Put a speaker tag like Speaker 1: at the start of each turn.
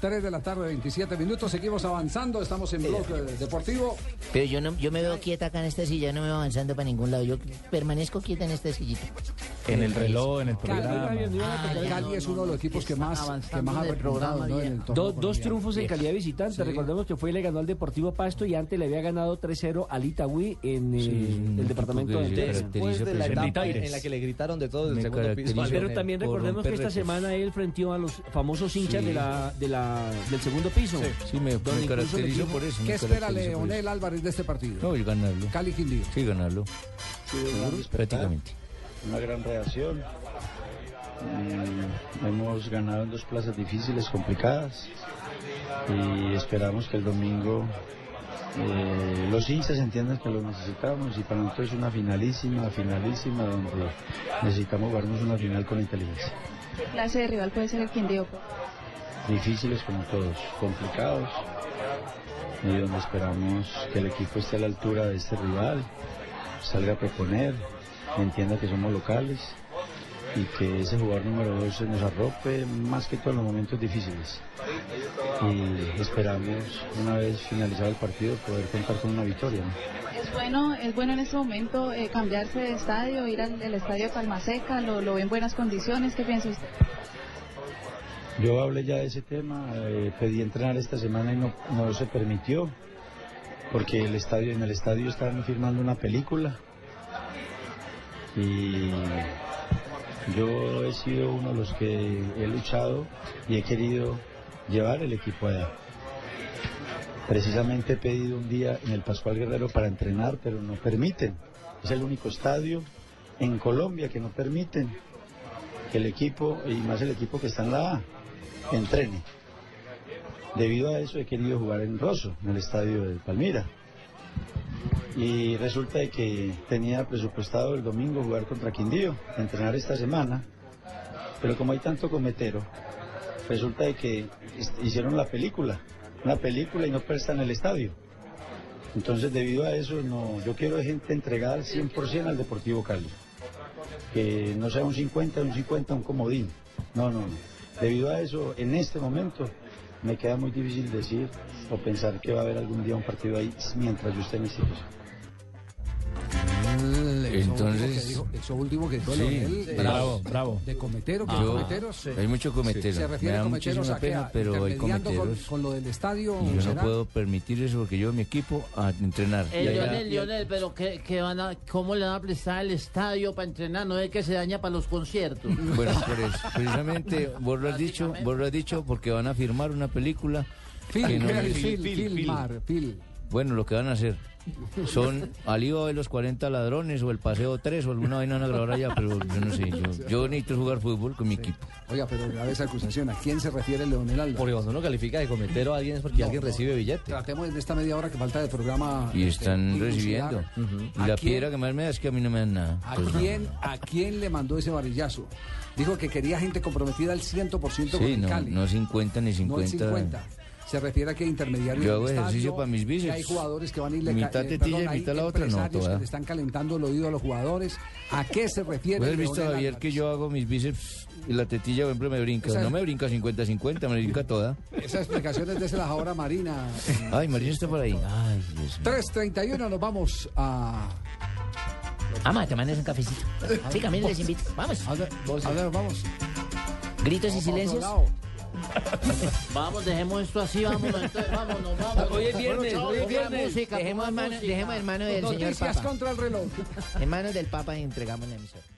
Speaker 1: 3 de la tarde, 27 minutos. Seguimos avanzando. Estamos en bloque deportivo.
Speaker 2: Pero yo no, yo me veo quieta acá en esta silla, no me veo avanzando para ningún lado. Yo permanezco quieta en este esta sillita.
Speaker 3: En el reloj, en el
Speaker 1: Cali,
Speaker 3: programa.
Speaker 2: Ah, ya,
Speaker 1: Cali
Speaker 2: no,
Speaker 1: es
Speaker 2: no,
Speaker 1: uno de los
Speaker 2: no,
Speaker 1: equipos que
Speaker 2: está
Speaker 1: más, que
Speaker 2: avanzando
Speaker 1: más ha
Speaker 2: en el
Speaker 1: repugnado
Speaker 2: programa
Speaker 1: ¿no? en
Speaker 2: ya.
Speaker 1: el torneo
Speaker 4: Do- dos
Speaker 1: colombiano.
Speaker 4: triunfos en calidad de visitante.
Speaker 1: Sí.
Speaker 4: Recordemos que fue y le ganó al Deportivo Pasto y antes le había ganado 3-0 al Itagüí en eh, el departamento de
Speaker 3: Después
Speaker 4: Antioquia.
Speaker 5: Después de la
Speaker 3: precisamente.
Speaker 5: etapa
Speaker 3: Taires.
Speaker 5: en la que le gritaron de
Speaker 3: Me
Speaker 5: todo el segundo piso.
Speaker 3: caracterizo.
Speaker 4: Pero también
Speaker 3: por
Speaker 4: recordemos que
Speaker 3: romper
Speaker 4: esta
Speaker 3: récords.
Speaker 4: semana él frenteó a los famosos hinchas
Speaker 3: Sí.
Speaker 4: de la, de la, del segundo piso.
Speaker 3: Sí, me,
Speaker 4: Donde
Speaker 3: me
Speaker 4: incluso
Speaker 3: caracterizo
Speaker 4: metió-
Speaker 3: por eso.
Speaker 1: ¿Qué
Speaker 3: me
Speaker 1: espera
Speaker 3: caracterizo por
Speaker 1: Leonel
Speaker 3: eso.
Speaker 1: Álvarez de este partido?
Speaker 3: No, el ganarlo.
Speaker 1: Cali Quindío.
Speaker 3: Sí, ganarlo. Prácticamente.
Speaker 6: una gran reacción. Mm, hemos ganado en dos plazas difíciles, complicadas, y esperamos que el domingo eh, los hinchas entiendan que lo necesitamos y para nosotros es una finalísima, finalísima, donde necesitamos jugarnos una final con inteligencia.
Speaker 7: ¿Qué clase de rival puede ser el Quindío?
Speaker 6: Difíciles como todos, complicados, y donde esperamos que el equipo esté a la altura de este rival, salga a proponer, entienda que somos locales y que ese jugador número 12 nos arrope más que todo en los momentos difíciles. Y esperamos, una vez finalizado el partido, poder contar con una victoria. ¿no?
Speaker 7: ¿Es bueno, es bueno en este momento eh, cambiarse de estadio, ir al al estadio de Palmaseca? ¿Lo, ¿Lo ve en buenas condiciones? ¿Qué piensa usted?
Speaker 6: Yo hablé ya de ese tema, eh, pedí entrenar esta semana y no, no se permitió, porque el estadio, en el estadio estaban firmando una película. Y yo he sido uno de los que he luchado y he querido llevar el equipo allá. Precisamente he pedido un día en el Pascual Guerrero para entrenar, pero no permiten. Es el único estadio en Colombia que no permiten que el equipo, y más el equipo que está en la A, entrene. Debido a eso he querido jugar en Rosso, en el estadio de Palmira. Y resulta de que tenía presupuestado el domingo jugar contra Quindío, entrenar esta semana, pero como hay tanto cometero, resulta de que est- hicieron la película, una película y no prestan el estadio. Entonces debido a eso no, yo quiero gente entregada al 100% al Deportivo Cali que no sea un 50, un 50, un comodín. No, no, no. Debido a eso, en este momento, me queda muy difícil decir o pensar que va a haber algún día un partido ahí mientras yo esté en este la institución.
Speaker 1: Entonces,
Speaker 3: Entonces-
Speaker 1: eso último que dijo
Speaker 3: Sí,
Speaker 1: Leonel,
Speaker 3: sí.
Speaker 1: eh,
Speaker 3: Bravo, bravo.
Speaker 1: De cometero, que
Speaker 3: Yo-
Speaker 1: cometeros. eh,
Speaker 3: hay mucho cometero.
Speaker 1: Se
Speaker 3: Me
Speaker 1: refiere
Speaker 3: da
Speaker 1: a cometeros
Speaker 3: muchísima
Speaker 1: a que
Speaker 3: pena,
Speaker 1: a-
Speaker 3: pero hay
Speaker 1: intermediando con,
Speaker 3: cometeros.
Speaker 1: con lo del estadio.
Speaker 3: Y yo no
Speaker 1: ¿será?
Speaker 3: puedo permitir eso porque yo mi equipo a entrenar.
Speaker 8: Eh,
Speaker 3: Y allá-
Speaker 8: Lionel, Lionel, pero ¿qué, qué van a, ¿cómo le van a prestar el estadio para entrenar? No es que se daña para los conciertos.
Speaker 3: Bueno, por eso, precisamente vos lo has dicho, vos lo has dicho porque van a firmar una película.
Speaker 1: Fil,
Speaker 3: que no-
Speaker 1: fil, fil, filmar, fil.
Speaker 3: Bueno, lo que van a hacer son al IVA de los 40 ladrones o el paseo 3 o alguna vaina van a grabar allá, pero yo no sé. Yo, yo necesito jugar fútbol con mi equipo.
Speaker 1: Oiga, pero grave esa acusación. ¿A quién se refiere Leonel Álvarez?
Speaker 5: Porque cuando uno califica de cometero a alguien es porque
Speaker 1: No,
Speaker 5: alguien
Speaker 1: no.
Speaker 5: recibe billete.
Speaker 1: Tratemos en esta media hora que falta de programa.
Speaker 3: Y
Speaker 1: este,
Speaker 3: están
Speaker 1: dilucidar.
Speaker 3: recibiendo. Y
Speaker 1: ¿A
Speaker 3: la
Speaker 1: quién-
Speaker 3: piedra que más me da es que a mí no me dan nada.
Speaker 1: ¿A
Speaker 3: Pues,
Speaker 1: quién, ¿A quién le mandó ese varillazo? Dijo que quería gente comprometida al 100% con
Speaker 3: Sí,
Speaker 1: el
Speaker 3: no,
Speaker 1: Cali.
Speaker 3: no 50 ni Pues
Speaker 1: No el
Speaker 3: 50.
Speaker 1: 50. Se refiere a que hay intermediarios.
Speaker 3: Yo
Speaker 1: del
Speaker 3: hago ejercicio
Speaker 1: estadio,
Speaker 3: para mis
Speaker 1: que
Speaker 3: bíceps.
Speaker 1: hay jugadores que van a irle
Speaker 3: Mitad
Speaker 1: ca- eh,
Speaker 3: tetilla y
Speaker 1: perdón, hay
Speaker 3: mitad la otra, no,
Speaker 1: empresarios que
Speaker 3: toda.
Speaker 1: le están calentando el oído a los jugadores. ¿A qué se refiere?
Speaker 3: ¿Vos has visto,
Speaker 1: Leonel
Speaker 3: Javier,
Speaker 1: Álvarez?
Speaker 3: que yo hago mis bíceps y la tetilla, por ejemplo, me brinca?
Speaker 1: Esa-
Speaker 3: No me brinca 50-50, me brinca toda.
Speaker 1: Esas explicaciones de la ahora Marina.
Speaker 3: Ay, Marina está por ahí. Ay, Dios mío.
Speaker 1: 3.31 nos vamos a...
Speaker 2: Vamos a tomarnos un cafecito. Sí, Camilo, les invito. Vamos.
Speaker 1: A ver, a ver, vamos.
Speaker 2: Gritos
Speaker 1: Vamos
Speaker 2: y
Speaker 1: a otro
Speaker 2: silencios.
Speaker 1: lado.
Speaker 8: Vamos, dejemos esto así, vámonos, entonces, vámonos, vámonos.
Speaker 4: Hoy es viernes,
Speaker 8: Bueno,
Speaker 4: hoy es
Speaker 8: ponga
Speaker 4: viernes.
Speaker 8: Música,
Speaker 2: Dejemos
Speaker 8: ponga
Speaker 2: en, mano,
Speaker 8: música.
Speaker 2: dejemos en mano del señor
Speaker 1: Noticias
Speaker 2: Papa.
Speaker 1: contra el reloj.
Speaker 2: En manos del Papa entregamos la emisora.